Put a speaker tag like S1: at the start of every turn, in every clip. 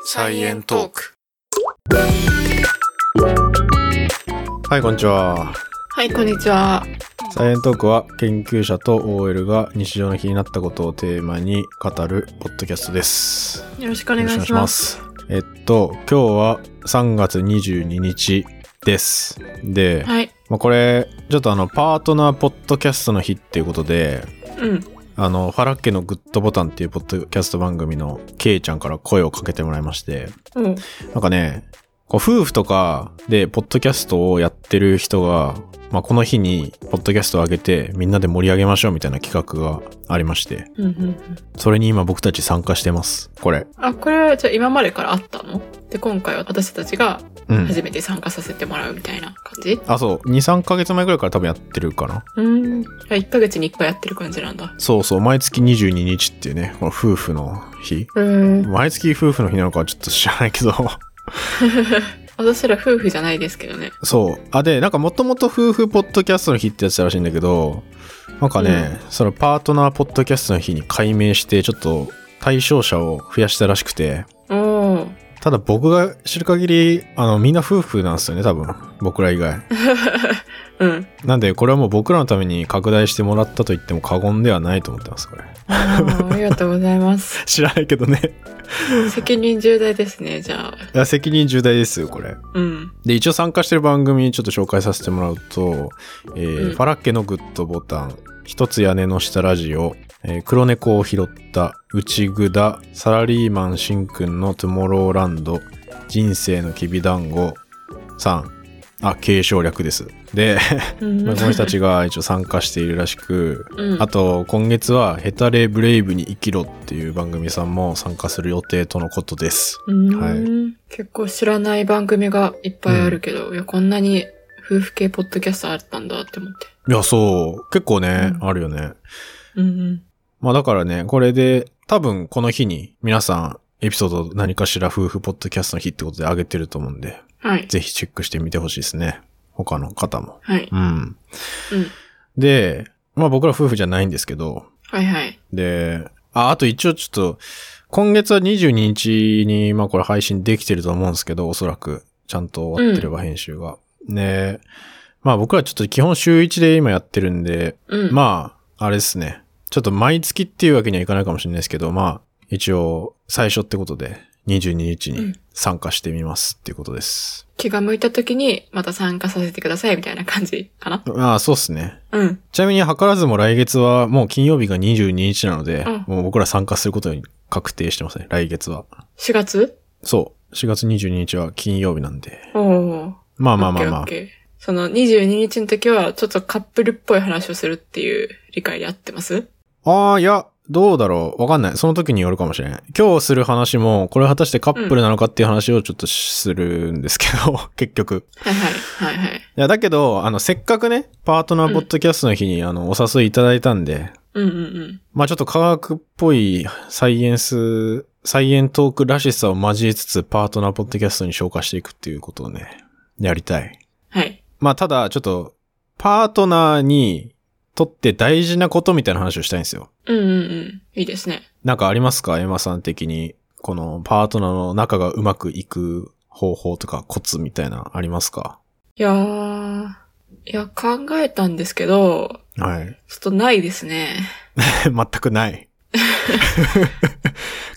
S1: サイエントーク。
S2: はい、こんにちは。
S1: はい、こんにちは。
S2: サイエントークは研究者と OL が日常の気になったことをテーマに語るポッドキャストです。
S1: よろしくお願いします。
S2: よろしくお願いします。えっと、今日は3月22日です。で、
S1: はい。
S2: まあ、これ、ちょっとあの、パートナーポッドキャストの日っていうことで、
S1: うん。
S2: あの、ファラッケのグッドボタンっていうポッドキャスト番組のケイちゃんから声をかけてもらいまして、
S1: おう
S2: なんかね、こう夫婦とかで、ポッドキャストをやってる人が、まあ、この日に、ポッドキャストを上げて、みんなで盛り上げましょうみたいな企画がありまして、
S1: うんうんうん。
S2: それに今僕たち参加してます。これ。
S1: あ、これはじゃあ今までからあったので、今回は私たちが
S2: うん。
S1: 初めて参加させてもらうみたいな感じ
S2: あ、そう。2、3ヶ月前ぐらいから多分やってるかな。
S1: うん。あ1ヶ月に1回やってる感じなんだ。
S2: そうそう。毎月22日っていうね、この夫婦の日。
S1: うん。
S2: 毎月夫婦の日なのかはちょっと知らないけど。
S1: 私ら夫婦じゃないですけどね。
S2: そう。あ、で、なんかもともと夫婦ポッドキャストの日ってやつらしいんだけど、なんかね、そのパートナーポッドキャストの日に改名して、ちょっと対象者を増やしたらしくて、
S1: おー。
S2: ただ僕が知る限り、あの、みんな夫婦なんですよね、多分。僕ら以外。
S1: うん。
S2: なんで、これはもう僕らのために拡大してもらったと言っても過言ではないと思ってます、これ。
S1: あーありがとうございます。
S2: 知らないけどね。
S1: 責任重大ですね、じゃあ。
S2: いや、責任重大ですよ、これ。
S1: うん。
S2: で、一応参加してる番組ちょっと紹介させてもらうと、えー
S1: うん
S2: ファラッケのグッドボタン、一つ屋根の下ラジオ、えー黒猫を拾った、内ぐだ、サラリーマンしんくんのトゥモローランド、人生のきびだんご、さん、あ、継承略です。で、
S1: うん
S2: まあこの人たちが一応参加しているらしく、
S1: うん
S2: あと、今月は、ヘタレブレイブに生きろっていう番組さんも参加する予定とのことです。
S1: うん
S2: は
S1: 結構知らない番組がいっぱいあるけど、いやこんなに夫婦系ポッドキャストあったんだって思って。
S2: いや、そう、結構ね、
S1: うん
S2: あるよね。
S1: うんうん。
S2: まあだからね、これで多分この日に皆さんエピソード何かしら夫婦ポッドキャストの日ってことで上げてると思うんで、
S1: はい。
S2: ぜひチェックしてみてほしいですね。他の方も。
S1: はい。
S2: うん。
S1: うん。
S2: で、まあ僕ら夫婦じゃないんですけど、
S1: はいはい。
S2: で、あ、あと一応ちょっと、今月は22日に、まあこれ配信できてると思うんですけど、おそらく、ちゃんと終わってれば編集が。ねまあ僕らちょっと基本週1で今やってるんで、
S1: うん。
S2: まあ、あれですね。ちょっと毎月っていうわけにはいかないかもしれないですけど、まあ、一応、最初ってことで、22日
S1: う
S2: に
S1: ん
S2: 参加してみますっていうことです。
S1: 気が向いた時にまた参加させてくださいみたいな感じかな。
S2: ああ、そうっすね。
S1: うん。
S2: ちなみに、図らずも来月は、もう金曜日が22日なので、
S1: うん
S2: もう僕ら参加することに確定してますね、来月は。
S1: 4月
S2: そう。4月22日は金曜日なんで。
S1: おお。
S2: まあまあまあまあ
S1: オッケ。ーオッケーその22日の時はちょっとカップルっぽい話をするっていう理解で合ってます
S2: ああ、いや、どうだろう。わかんない。その時によるかもしれない。今日する話も、これ果たしてカップルなのかっていう話をちょっとするんですけど、 結局。
S1: はいはい。はいはい。
S2: いや、だけど、あの、せっかくね、パートナーポッドキャストの日に、あの、お誘いいただいたんで、
S1: うんうんうん。
S2: まあちょっと科学っぽいサイエンス、サイエントークらしさを交えつつ、パートナーポッドキャストに消化していくっていうことをね、やりたい。
S1: はい。
S2: まあただ、ちょっと、パートナーにとって大事なことみたいな話をしたいんですよ。
S1: うんうんうん。いいですね。
S2: なんかありますかエマさん的に、このパートナーの仲がうまくいく方法とかコツみたいなありますか
S1: いやー。いや、考えたんですけど、
S2: はい。
S1: ちょっとないですね。
S2: 全くない。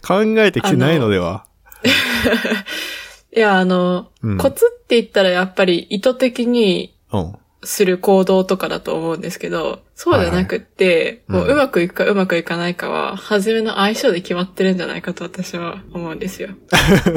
S2: 考えてきてないのではい
S1: や、あの、
S2: うん
S1: コツって言ったらやっぱり意図的に
S2: うん。
S1: する行動とかだと思うんですけど、そうじゃなくって、
S2: はいはい
S1: もう
S2: うん
S1: うまくいくかうまくいかないかは、初めの相性で決まってるんじゃないかと私は思うんですよ。
S2: だか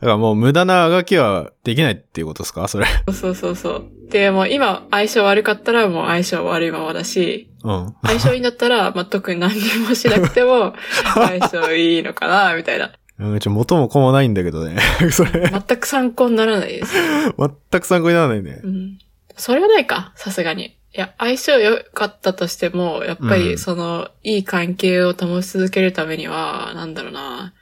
S2: らもう無駄なあがきはできないっていうことですかそれ。
S1: そうそうそう。で、もう今相性悪かったらもう相性悪いままだし、
S2: うん。
S1: 相性いいんだっ たら、まあ、特に何にもしなくても、相性いいのかな、みたいな。
S2: うん、ちょ、元も子もないんだけどね。 それ、
S1: 全く参考にならないです。
S2: 全く参考にならないね
S1: う。んそれはないか、さすがに。いや、相性良かったとしても、やっぱ
S2: うん
S1: り、その、いい関係を保ち続けるためには、なんだろうな。ま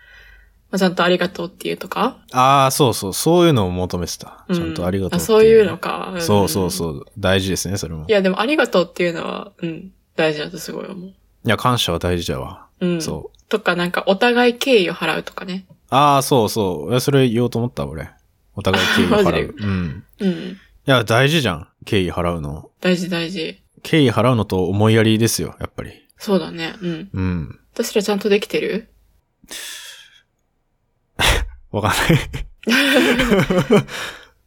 S1: あ、ちゃんとありがとうっていうとか。
S2: ああ、そうそう、そういうのを求めてた。
S1: う
S2: ちゃんとありがとう
S1: あ
S2: って
S1: そういうの。か。ん
S2: そうそうそう。大事ですね、それも。
S1: いや、でもありがとうっていうのは、うん、大事だとすごい思う。
S2: いや、感謝は大事だわ。
S1: うん。
S2: そう。
S1: とか、なんか、お互い敬意を払うとかね。
S2: ああ、そうそう。いやそれ言おうと思った、俺。お互い敬意
S1: マジで
S2: 払う。うん。
S1: うん。
S2: いや、大事じゃん。敬意払うの。
S1: 大事大事。
S2: 敬意払うのと思いやりですよ、やっぱり。
S1: そうだね。うん。
S2: うん。
S1: 私らちゃんとできてる
S2: わかん ない。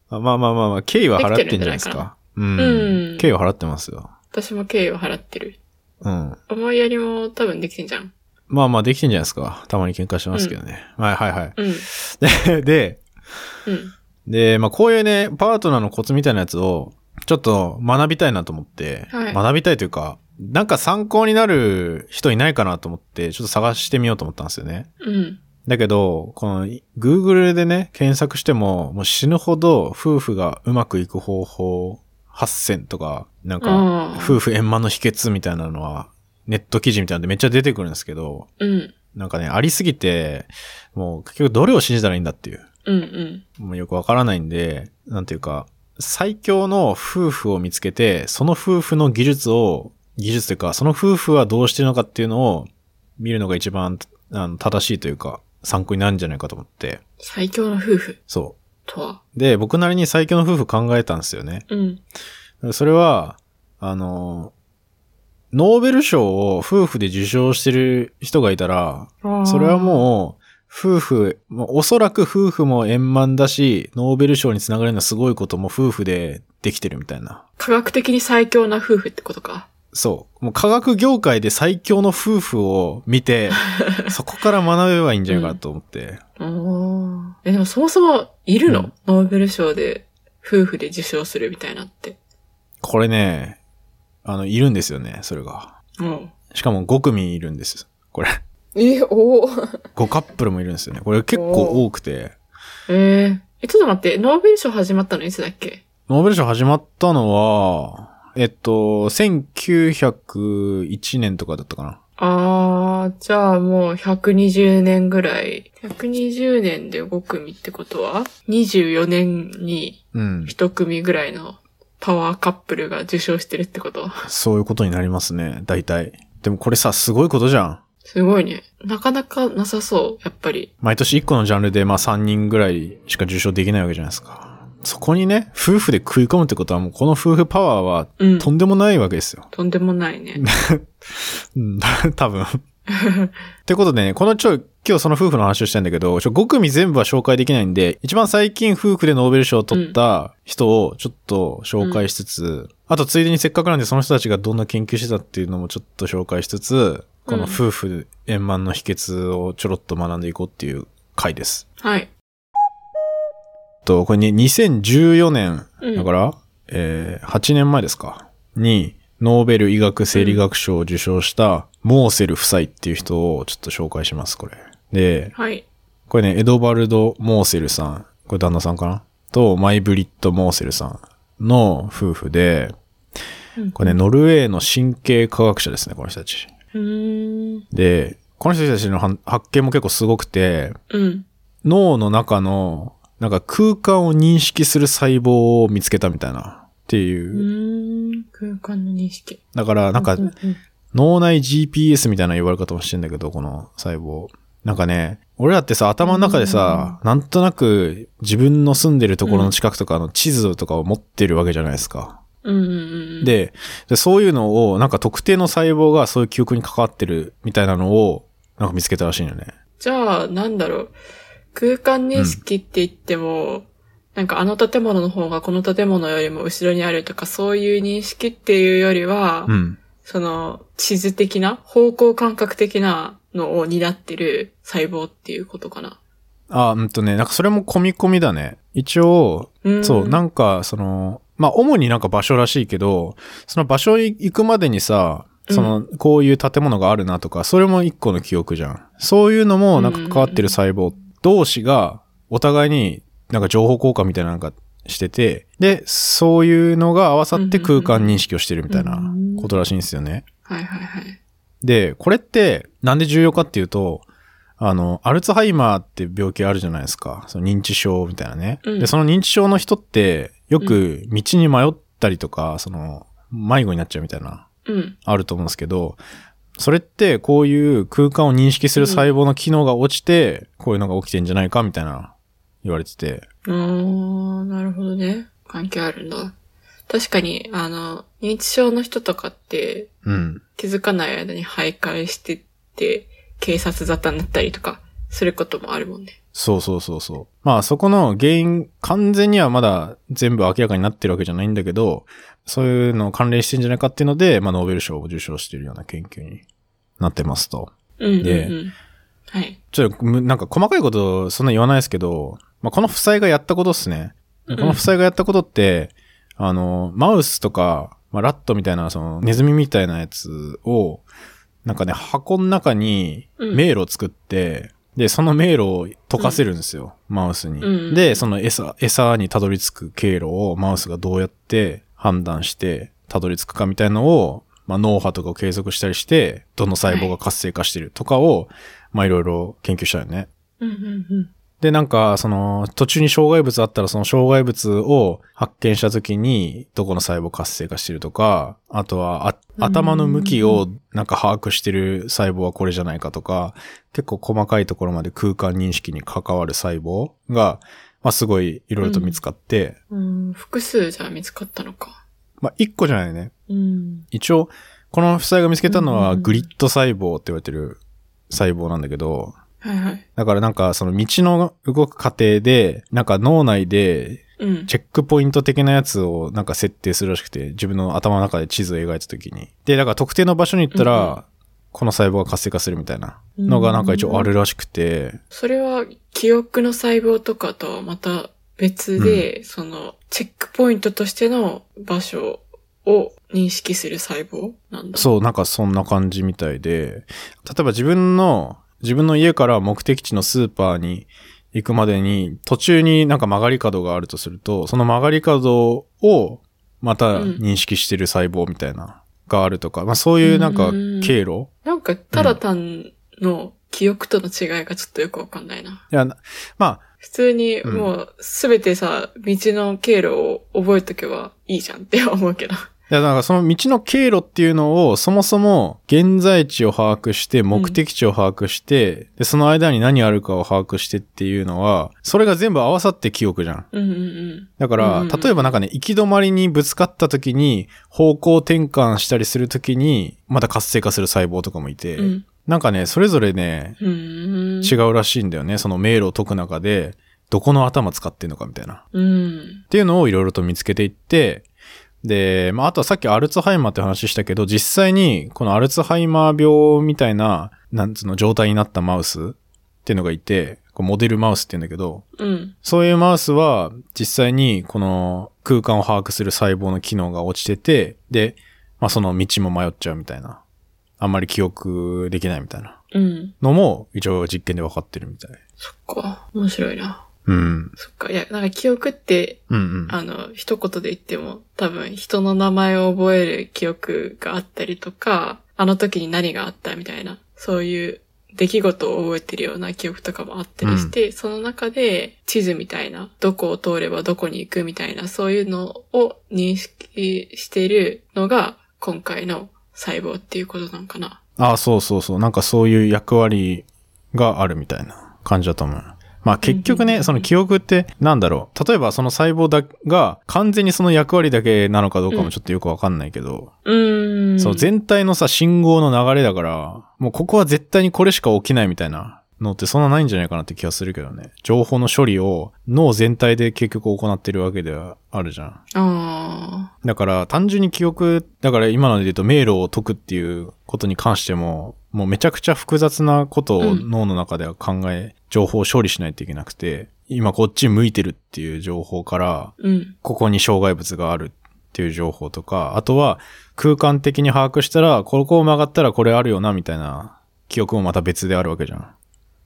S2: あまあまあまあまあ、敬意は払ってんじゃないですか。う
S1: うんん。
S2: 敬意は払ってますよ。
S1: 私も敬意を払ってる。
S2: うん。
S1: 思いやりも多分できてんじゃん。
S2: まあまあ、できてんじゃないですか。たまに喧嘩してますけどね。はいはいは
S1: うん。
S2: い。 で、
S1: うん。
S2: で、まあこういうね、パートナーのコツみたいなやつを、ちょっと学びたいなと思って、
S1: はい
S2: 学びたいというか、なんか参考になる人いないかなと思って、ちょっと探してみようと思ったんですよね。
S1: うん。
S2: だけど、この Google でね、検索しても、もう死ぬほど夫婦がうまくいく方法8選とか、なんか、
S1: ああ。
S2: 夫婦円満の秘訣みたいなのは、ネット記事みたいなんでめっちゃ出てくるんですけど、
S1: うん。
S2: なんかね、ありすぎて、もう結局どれを信じたらいいんだっていう、
S1: うんうん。
S2: もうよくわからないんで、なんていうか、最強の夫婦を見つけて、その夫婦の技術を、技術というか、その夫婦はどうしてるのかっていうのを見るのが一番あの正しいというか、参考になるんじゃないかと思って。
S1: 最強の夫婦
S2: そ
S1: とは。
S2: う。で、僕なりに最強の夫婦考えたんですよね。
S1: うん。
S2: それは、あの、ノーベル賞を夫婦で受賞してる人がいたら、それはもう、夫婦、まあおそらく夫婦も円満だし、ノーベル賞につながるようなすごいことも夫婦でできてるみたいな。
S1: う。科学的に最強な夫婦ってことか。
S2: そう。もう科学業界で最強の夫婦を見て、そこから学べばいいんじゃないかなと思って。
S1: おーえ、でもそもそもいるの、
S2: うん
S1: ノーベル賞で夫婦で受賞するみたいなって。
S2: これね、あの、いるんですよね、それが。
S1: うん。
S2: しかも5組いるんです。これ。
S1: え、おー
S2: 5カップルもいるんですよね。これ結構多くて。
S1: えーえ、ちょっと待って、ノーベル賞始まったのいつだっけ
S2: ノーベル賞始まったのは、えっと、1901年とかだったかな。
S1: あー、じゃあもう120年ぐらい。120年で5組ってことは ?24 年に
S2: うん。
S1: 1組ぐらいのパワーカップルが受賞してるってこと。
S2: そういうことになりますね、大体。でもこれさ、すごいことじゃん。
S1: すごいね。なかなかなさそう、やっぱり。
S2: 毎年1個のジャンルで、まあ3人ぐらいしか受賞できないわけじゃないですか。そこにね、夫婦で食い込むってことはもうこの夫婦パワーは
S1: うん。
S2: とんでもないわけですよ。
S1: とんでもないね。
S2: うん、 多分。ってことでね、このちょ、今日その夫婦の話をしたいんだけど、ちょ5組全部は紹介できないんで、一番最近夫婦でノーベル賞を取った人をちょっと紹介しつつ、あとついでにせっかくなんでその人たちがどんな研究してたっていうのもちょっと紹介しつつ、この夫婦円満の秘訣をちょろっと学んでいこうっていう回です。
S1: はい。
S2: と、これね、2014年、
S1: うん
S2: だから、えー8年前ですか、に、ノーベル医学生理学賞を受賞した、モーセル夫妻っていう人をちょっと紹介します、これ。で、
S1: はい。
S2: これね、エドバルド・モーセルさん、これ旦那さんかなと、マイブリット・モーセルさんの夫婦で、
S1: うん
S2: これね、ノルウェーの神経科学者ですね、この人たち。
S1: うーん。
S2: で、この人たちのは発見も結構すごくて、
S1: うん。
S2: 脳の中の、なんか空間を認識する細胞を見つけたみたいな。って
S1: う
S2: いう。
S1: ーん。空間の認識。
S2: だから、なんか
S1: う、んうん
S2: 脳内 GPS みたいな言われ方もしてんだけど、この細胞。なんかね、俺らってさ、頭の中でさ、なんとなく自分の住んでるところの近くとかの地図とかを持ってるわけじゃないですか。
S1: うんうんうん。、
S2: でで、そういうのを、なんか特定の細胞がそういう記憶に関わってるみたいなのを、なんか見つけたらしいのよね。
S1: じゃあ、なんだろう。空間認識って言っても、なんかあの建物の方がこの建物よりも後ろにあるとか、そういう認識っていうよりは、
S2: うん。
S1: その、地図的な、方向感覚的なのを担ってる細胞っていうことかな。
S2: あ、うんとね、なんかそれも込み込みだね。一応、
S1: うん
S2: そう、なんか、その、まあ、主になんか場所らしいけど、その場所に行くまでにさ、その、こういう建物があるなとか、それも一個の記憶じゃん。そういうのも、なんか関わってる細胞同士が、お互いになんか情報交換みたいななんかしてて、で、そういうのが合わさって空間認識をしてるみたいなことらしいんですよね。
S1: はいはいはい。
S2: で、これってなんで重要かっていうと、あの、アルツハイマーって病気あるじゃないですか。その認知症みたいなね。
S1: うん
S2: で、その認知症の人って、よく道に迷ったりとか、その、迷子になっちゃうみたいな、
S1: うん。
S2: あると思うんですけど、それってこういう空間を認識する細胞の機能が落ちて、こういうのが起きてんじゃないかみたいな言われてて。
S1: あー、なるほどね。関係あるんだ。確かに、あの、認知症の人とかって
S2: うん。
S1: 気づかない間に徘徊してって、警察沙汰になったりとか、することもあるもんね。
S2: そうそうそうそう。まあそこの原因、完全にはまだ全部明らかになってるわけじゃないんだけど、そういうのを関連してんじゃないかっていうので、まあノーベル賞を受賞しているような研究になってますと。
S1: うんうん、うん。
S2: で
S1: はい。
S2: ちょっとむ、なんか細かいことそんな言わないですけど、まあこの負債がやったことですね。
S1: うん
S2: この負債がやったことって、あの、マウスとか、まあ、ラットみたいな、その、ネズミみたいなやつを、なんかね、箱の中に
S1: うん
S2: 迷路を作って、で、その迷路を溶かせるんですよ、マウスに。
S1: うん
S2: で、その餌、餌にたどり着く経路をマウスがどうやって判断して、たどり着くかみたいのを、まあ、脳波とかを計測したりして、どの細胞が活性化してるとかを、まあ、いろいろ研究したよね。
S1: うんうんうん。
S2: で、なんか、その、途中に障害物あったら、その障害物を発見した時に、どこの細胞活性化してるとか、あとは、あ
S1: うん
S2: 頭の向きを、なんか把握してる細胞はこれじゃないかとか、結構細かいところまで空間認識に関わる細胞が、まあ、すごい、いろいろと見つかって、
S1: うん、複数じゃ見つかったのか。
S2: まあ、一個じゃないね。
S1: うん。
S2: 一応、この負債が見つけたの
S1: うんう
S2: は、
S1: んうん
S2: グリッド細胞って言われてる細胞なんだけど、
S1: はいはい。
S2: だからなんか、その道の動く過程で、なんか脳内で
S1: うん。
S2: チェックポイント的なやつをなんか設定するらしくて、自分の頭の中で地図を描いた時に。で、だから特定の場所に行った
S1: うん
S2: ら、この細胞が活性化するみたいなのがなんか一応あるらしくて、
S1: それは記憶の細胞とかとはまた別で、そのチェックポイントとしての場所を認識する細胞なんだ。
S2: そう、なんかそんな感じみたいで、例えば自分の、自分の家から目的地のスーパーに行くまでに、途中になんか曲がり角があるとすると、その曲がり角をまた認識してる細胞みたいな、があるとか、まあそういうなんか経路、
S1: なんかただ単の記憶との違いがちょっとよくわかんないな。
S2: いや、なまあ、
S1: 普通にもうすべてさ、道の経路を覚えとけばいいじゃんって思うけど。
S2: いや、だからその道の経路っていうのを、そもそも現在地を把握して、目的地を把握して、で、その間に何あるかを把握してっていうのは、それが全部合わさって記憶じゃん。
S1: うんうんうん。
S2: だから、
S1: うんうん
S2: 例えばなんかね、行き止まりにぶつかった時に、方向転換したりする時に、また活性化する細胞とかもいて、
S1: うん。
S2: なんかね、それぞれね、
S1: うん。
S2: 違うらしいんだよね。その迷路を解く中で、どこの頭使ってんのかみたいな。
S1: うん
S2: っ。ていうのをいろいろと見つけていって、で、まあ、あとはさっきアルツハイマーって話したけど、実際にこのアルツハイマー病みたいな、なんつうの状態になったマウスっていうのがいて、こうモデルマウスって言うんだけど、
S1: うん。
S2: そういうマウスは実際にこの空間を把握する細胞の機能が落ちてて、で、まあ、その道も迷っちゃうみたいな。あんまり記憶できないみたいな
S1: うん。
S2: のも一応実験で分かってるみたい。
S1: そっか。面白いな。
S2: うん。
S1: そっか。いや、なんか記憶って
S2: うんうん。
S1: あの、一言で言っても、多分人の名前を覚える記憶があったりとか、あの時に何があったみたいな、そういう出来事を覚えてるような記憶とかもあったりして、その中で地図みたいな、どこを通ればどこに行くみたいな、そういうのを認識してるのが、今回の細胞っていうことなんかな。
S2: ああ、そうそうそう。なんかそういう役割があるみたいな感じだと思う。まあ結局
S1: うんうんう
S2: ね、
S1: ん
S2: その記憶ってなんだろう。例えばその細胞だが完全にその役割だけなのかどうかもちょっとよくわかんないけど、
S1: うーん。
S2: その全体のさ、信号の流れだから、もうここは絶対にこれしか起きないみたいなのってそんなないんじゃないかなって気がするけどね。情報の処理を脳全体で結局行ってるわけではあるじゃん。
S1: あ
S2: だから、単純に記憶、だから今ので言うと迷路を解くっていうことに関しても、もうめちゃくちゃ複雑なこと
S1: う
S2: を
S1: ん
S2: 脳の中では考え、情報を処理しないといけなくて、今こっち向いてるっていう情報から、
S1: あ。うん。
S2: ここに障害物があるっていう情報とか、あとは空間的に把握したら、ここを曲がったらこれあるよな、みたいな記憶もまた別であるわけじゃん。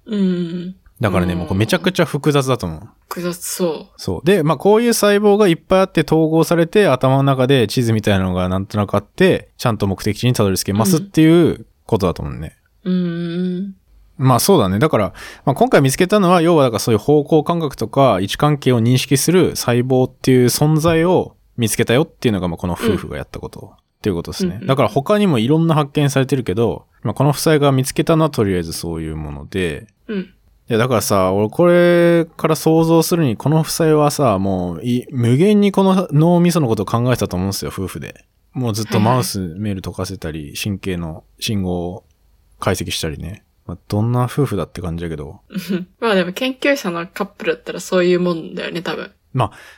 S1: うん。
S2: だからね、
S1: うん
S2: もうこれめちゃくちゃ複雑だと思う。
S1: 複雑そ
S2: そう。で、まあ、こういう細胞がいっぱいあって統合されて、頭の中で地図みたいなのがなんとなくあって、ちゃんと目的地にたどり着けますっていうことだと思うね。
S1: う。うーん。
S2: まあそうだね。だから、まあ、今回見つけたのは、要はだからそういう方向感覚とか位置関係を認識する細胞っていう存在を見つけたよっていうのが、まあこの夫婦がやったことっていうことですね。
S1: うんうん
S2: だから他にもいろんな発見されてるけど、まあ、この夫妻が見つけたのはとりあえずそういうもので、
S1: うん。
S2: いや、だからさ、俺これから想像するに、この夫妻はさ、もうい、無限にこの脳みそのことを考えてたと思うんですよ、夫婦で。もうずっと
S1: はいはい
S2: マウスメール溶かせたり、神経の信号を解析したりね。まあ、どんな夫婦だって感じだけど。
S1: まあでも研究者のカップルだったらそういうもんだよね、多分。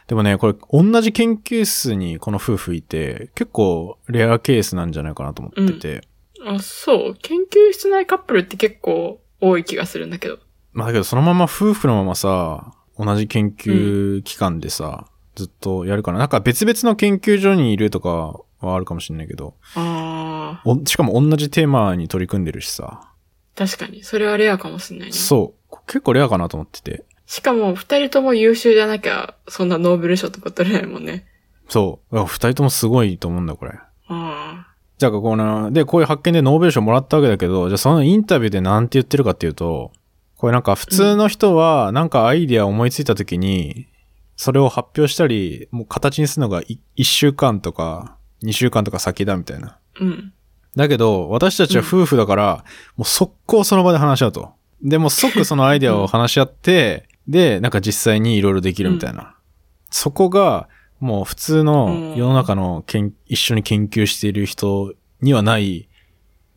S2: でもね、これ、同じ研究室にこの夫婦いて、結構レアケースなんじゃないかなと思ってて。
S1: あ、そう。研究室内カップルって結構多い気がするんだけど。
S2: まあだけどそのまま夫婦のままさ、同じ研究機関でさ、ずっとやるから、なんか別々の研究所にいるとかはあるかもしれないけど、
S1: ああ、
S2: おしかも同じテーマに取り組んでるしさ、
S1: 確かに。それはレアかもしんないね。
S2: そう、こ結構レアかなと思ってて、
S1: しかも、二人とも優秀じゃなきゃ、そんなノーベル賞とか取れないもんね。
S2: そう、だから二人ともすごいと思うんだ、これ。
S1: あ
S2: じゃあ、この、で、こういう発見でノーベル賞もらったわけだけど、じゃあそのインタビューでなんて言ってるかっていうと、これなんか普通の人は、なんかアイディアを思いついた時に、それを発表したり、もう形にするのが1週間とか、2週間とか先だみたいな。
S1: あ、うん。
S2: だけど、私たちは夫婦だから、もう速攻その場で話し合うと。で、もう即そのアイデアを話し合 って、で、なんか実際にいろいろできるみたいな。そこが、もう普通の世の中のけん一緒に研究している人にはない、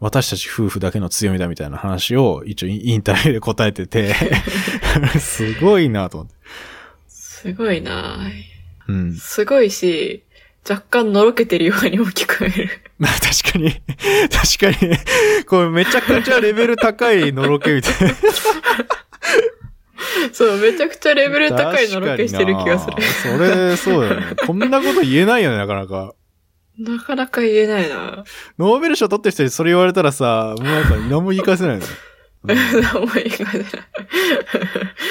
S2: 私たち夫婦だけの強みだみたいな話を一応インインタビューで答えて て、すごいなと思って。
S1: すごいな
S2: うん。
S1: すごいし、若干のろけてるようにも聞こえる。
S2: まあ確かに、確かに、これめちゃくちゃレベル高いのろけみたいな。
S1: そう、めちゃくちゃレベル高いのろけしてる気がする。
S2: 確かになそれ、そうだよね。こんなこと言えないよね、なかなか。
S1: なかなか言えないな
S2: ノーベル賞取ってる人にそれ言われたらさ、もうなんか何も言い返せないよね。
S1: 何も言い返せない。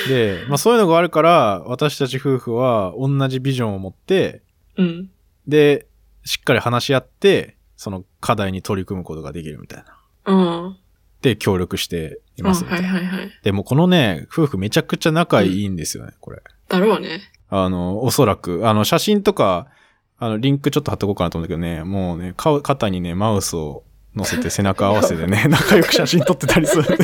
S2: で、まあそういうのがあるから、私たち夫婦は同じビジョンを持って、
S1: うん。
S2: で、しっかり話し合って、その課題に取り組むことができるみたいな。
S1: うん。
S2: で、協力してい
S1: うん、
S2: ますみ
S1: は
S2: たい
S1: い
S2: な。
S1: はいはい。
S2: でもこのね、夫婦めちゃくちゃ仲いいんですよね、これ。
S1: だろうね。
S2: あの、おそらく、あの、写真とか、あの、リンクちょっと貼っとこうかなと思うんだけどね、もうね、顔肩にね、マウスを乗せ て背中合わせでね、仲良く写真撮ってたりする。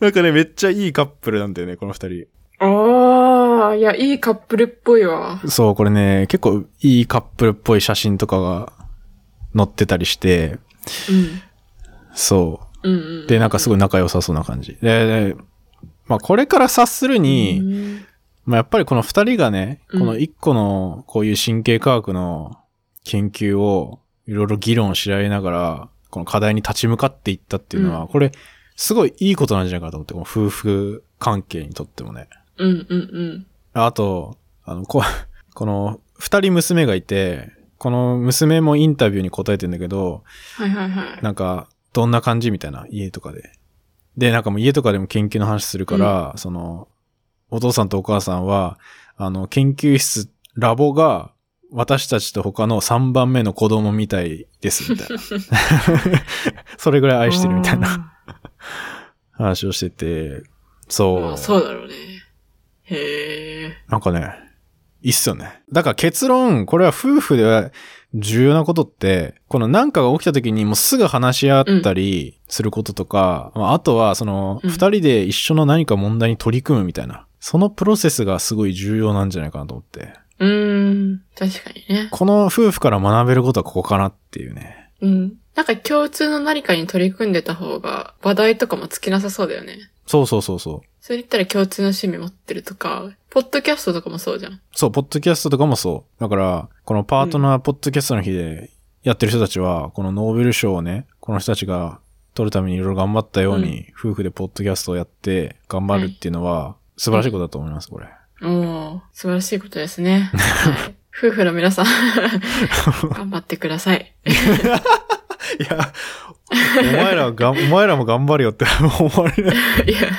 S2: なんかね、めっちゃいいカップルなんだよね、この二人。
S1: ああ、いや、いいカップルっぽいわ。
S2: そう、これね、結構いいカップルっぽい写真とかが載ってたりして、
S1: うん。
S2: そう。
S1: うんうん。
S2: で、なんかすごい仲良さそうな感じ。で、でまあこれから察するに、
S1: うん
S2: まあやっぱりこの二人がね、
S1: う
S2: こ
S1: ん
S2: の一個のこういう神経科学の研究をいろいろ議論し合いながら、この課題に立ち向かっていったっていうのは、
S1: うん
S2: これ、すごいいいことなんじゃないかなと思って、この夫婦関係にとってもね。
S1: うんうんうん。
S2: あと、あの、こ この二人娘がいて、この娘もインタビューに答えてんだけど、
S1: はいはいはい。
S2: なんか、どんな感じみたいな、家とかで。で、なんかもう家とかでも研究の話するから、その、お父さんとお母さんは、あの、研究室、ラボが、私たちと他の3番目の子供みたいです、みたいな。それぐらい愛してるみたいな
S1: な。
S2: 話をしてて、そ
S1: ま
S2: う。
S1: あそうだろうね。へえ。
S2: なんかね、いいっすよね。だから結論、これは夫婦では重要なことって、この何かが起きた時にもうすぐ話し合ったりすることとか、まあ、あとはその
S1: うん
S2: 二人で一緒の何か問題に取り組むみたいな、そのプロセスがすごい重要なんじゃないかなと思って。
S1: うーん。確かにね。
S2: この夫婦から学べることはここかなっていうね。
S1: うん。なんか共通の何かに取り組んでた方が話題とかも尽きなさそうだよね。
S2: そうそうそうそう。
S1: それ言ったら共通の趣味持ってるとか、ポッドキャストとかもそうじゃん。
S2: そう、ポッドキャストとかもそう。だから、このパートナーポッドキャストの日でやってる人たちは、このノーベル賞をね、この人たちが取るためにいろいろ頑張ったように、夫婦でポッドキャストをやって頑張るっていうのは、素晴らしいことだと思います、これ。
S1: おー、素晴らしいことですね。はい夫婦の皆さん、頑張ってください。
S2: いや、お前らが、お前らも頑張るよって思われる。
S1: いや、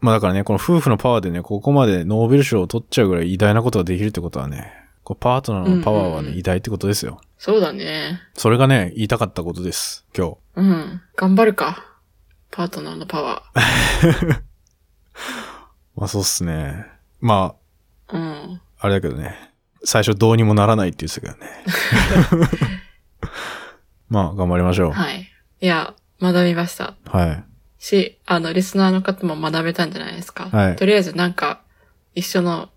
S2: まあだからね、この夫婦のパワーでね、ここまでノーベル賞を取っちゃうぐらい偉大なことができるってことはね、こうパートナーのパワーは
S1: うんうん
S2: ね、
S1: うん
S2: 偉大ってことですよ。
S1: そうだね。
S2: それがね、言いたかったことです、今日。
S1: うん。頑張るか。パートナーのパワー。
S2: まあそうっすね。まあ、
S1: うん。
S2: あれだけどね。最初どうにもならないって言ってたけどね。 まあ、頑張りましょう。
S1: はい。いや、学びました。
S2: はい。
S1: し、あの、リスナーの方も学べたんじゃないですか。
S2: はい
S1: とりあえずなんか、一緒の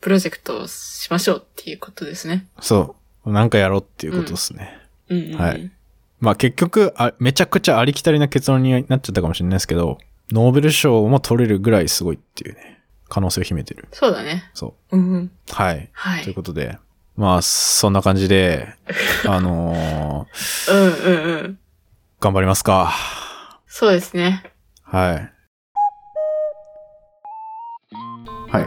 S1: プロジェクトをしましょうっていうことですね。
S2: そう。なんかやろうっていうことですね。
S1: うんうんうん、
S2: はいまあ結局あ、めちゃくちゃありきたりな結論になっちゃったかもしれないですけど、ノーベル賞も取れるぐらいすごいっていうね、可能性を秘めてる。
S1: そうだね。
S2: そ
S1: うんうん。
S2: う。はい。
S1: はい。
S2: という
S1: う
S2: ことで、まあそんな感じで、あのー
S1: んうんうん。
S2: 頑張りますか。
S1: そうですね。
S2: はい。はい。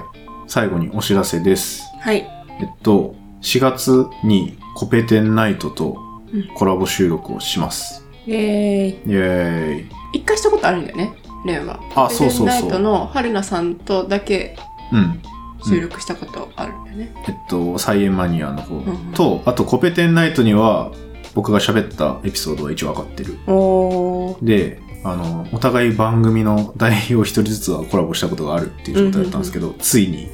S2: 最後にお知らせです。
S1: はい。
S2: えっと、4月にコペテンナイトと
S3: うん
S2: コラボ収録をします。
S3: えー、
S2: イェーイ。
S3: 一回したことあるんだよね、レンは。
S2: あそうそうそう
S3: レンナイトの春菜さんとだけ
S2: うん。
S3: 収録したことあるんだよね。
S2: えっと、サイエンマニアの方
S3: んうん
S2: と、あと、コペテンナイトには、僕が喋ったエピソードは一応分かってる。
S3: おー。
S2: で、あの、お互い番組の代表一人ずつはコラボしたことがあるっていう状態だったんですけど、ついに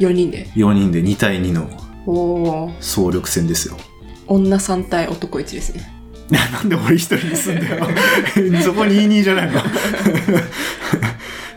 S3: 4人で。
S2: 4人で2対2の
S3: おー。
S2: 総力戦ですよ。
S3: 女3対男1ですね。
S2: なんで俺一人にすんだよ。 そこ22じゃないの。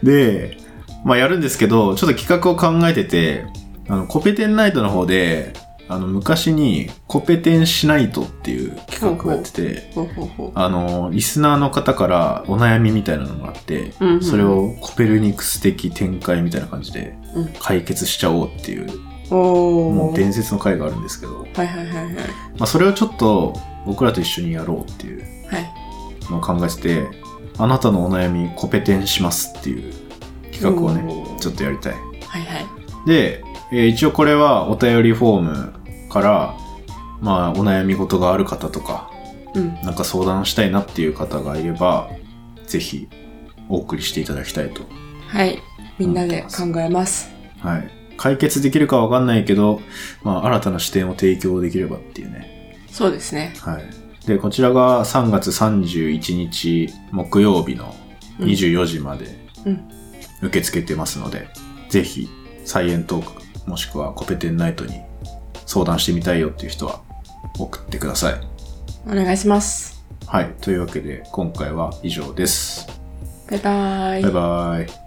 S2: で、まあやるんですけど、ちょっと企画を考えてて、あの、コペテンナイトの方で、あの、昔にコペテンしないとっていう企画をやってて、
S3: ほうほうほ
S2: あの、リスナーの方からお悩みみたいなのがあって、
S3: う。うんうん
S2: それ。をコペルニクス的展開みたいな感じで
S3: うん
S2: 解決しちゃおうっていう、
S3: おー。
S2: もう伝説の回があるんですけど、
S3: はいはいはいはい。
S2: まあそれをちょっと僕らと一緒にやろうっていう
S3: はい。
S2: のを考えてて、あなたのお悩みコペテンしますっていう企画をね、
S3: おー
S2: ちょっとやりたい。
S3: はいはい。
S2: で、えー一応これはお便りフォームから、まあお悩み事がある方とか、
S3: うん。
S2: なんか相談したいなっていう方がいれば、ぜひお送りしていただきたいと。
S3: はい。みんなで考えます。
S2: はい。解決できるかわかんないけど、まあ新たな視点を提供できればっていうね。
S3: そうですね。
S2: はい。で、こちらが3月31日木曜日の24時まで
S3: うん
S2: 受け付けてますので、ぜひ、サイエントーク、もしくはコペテンナイトに相談してみたいよっていう人は送ってください。
S3: お願いします。
S2: はい。というわけで、今回は以上です。
S3: バイバイ。
S2: バイバイ。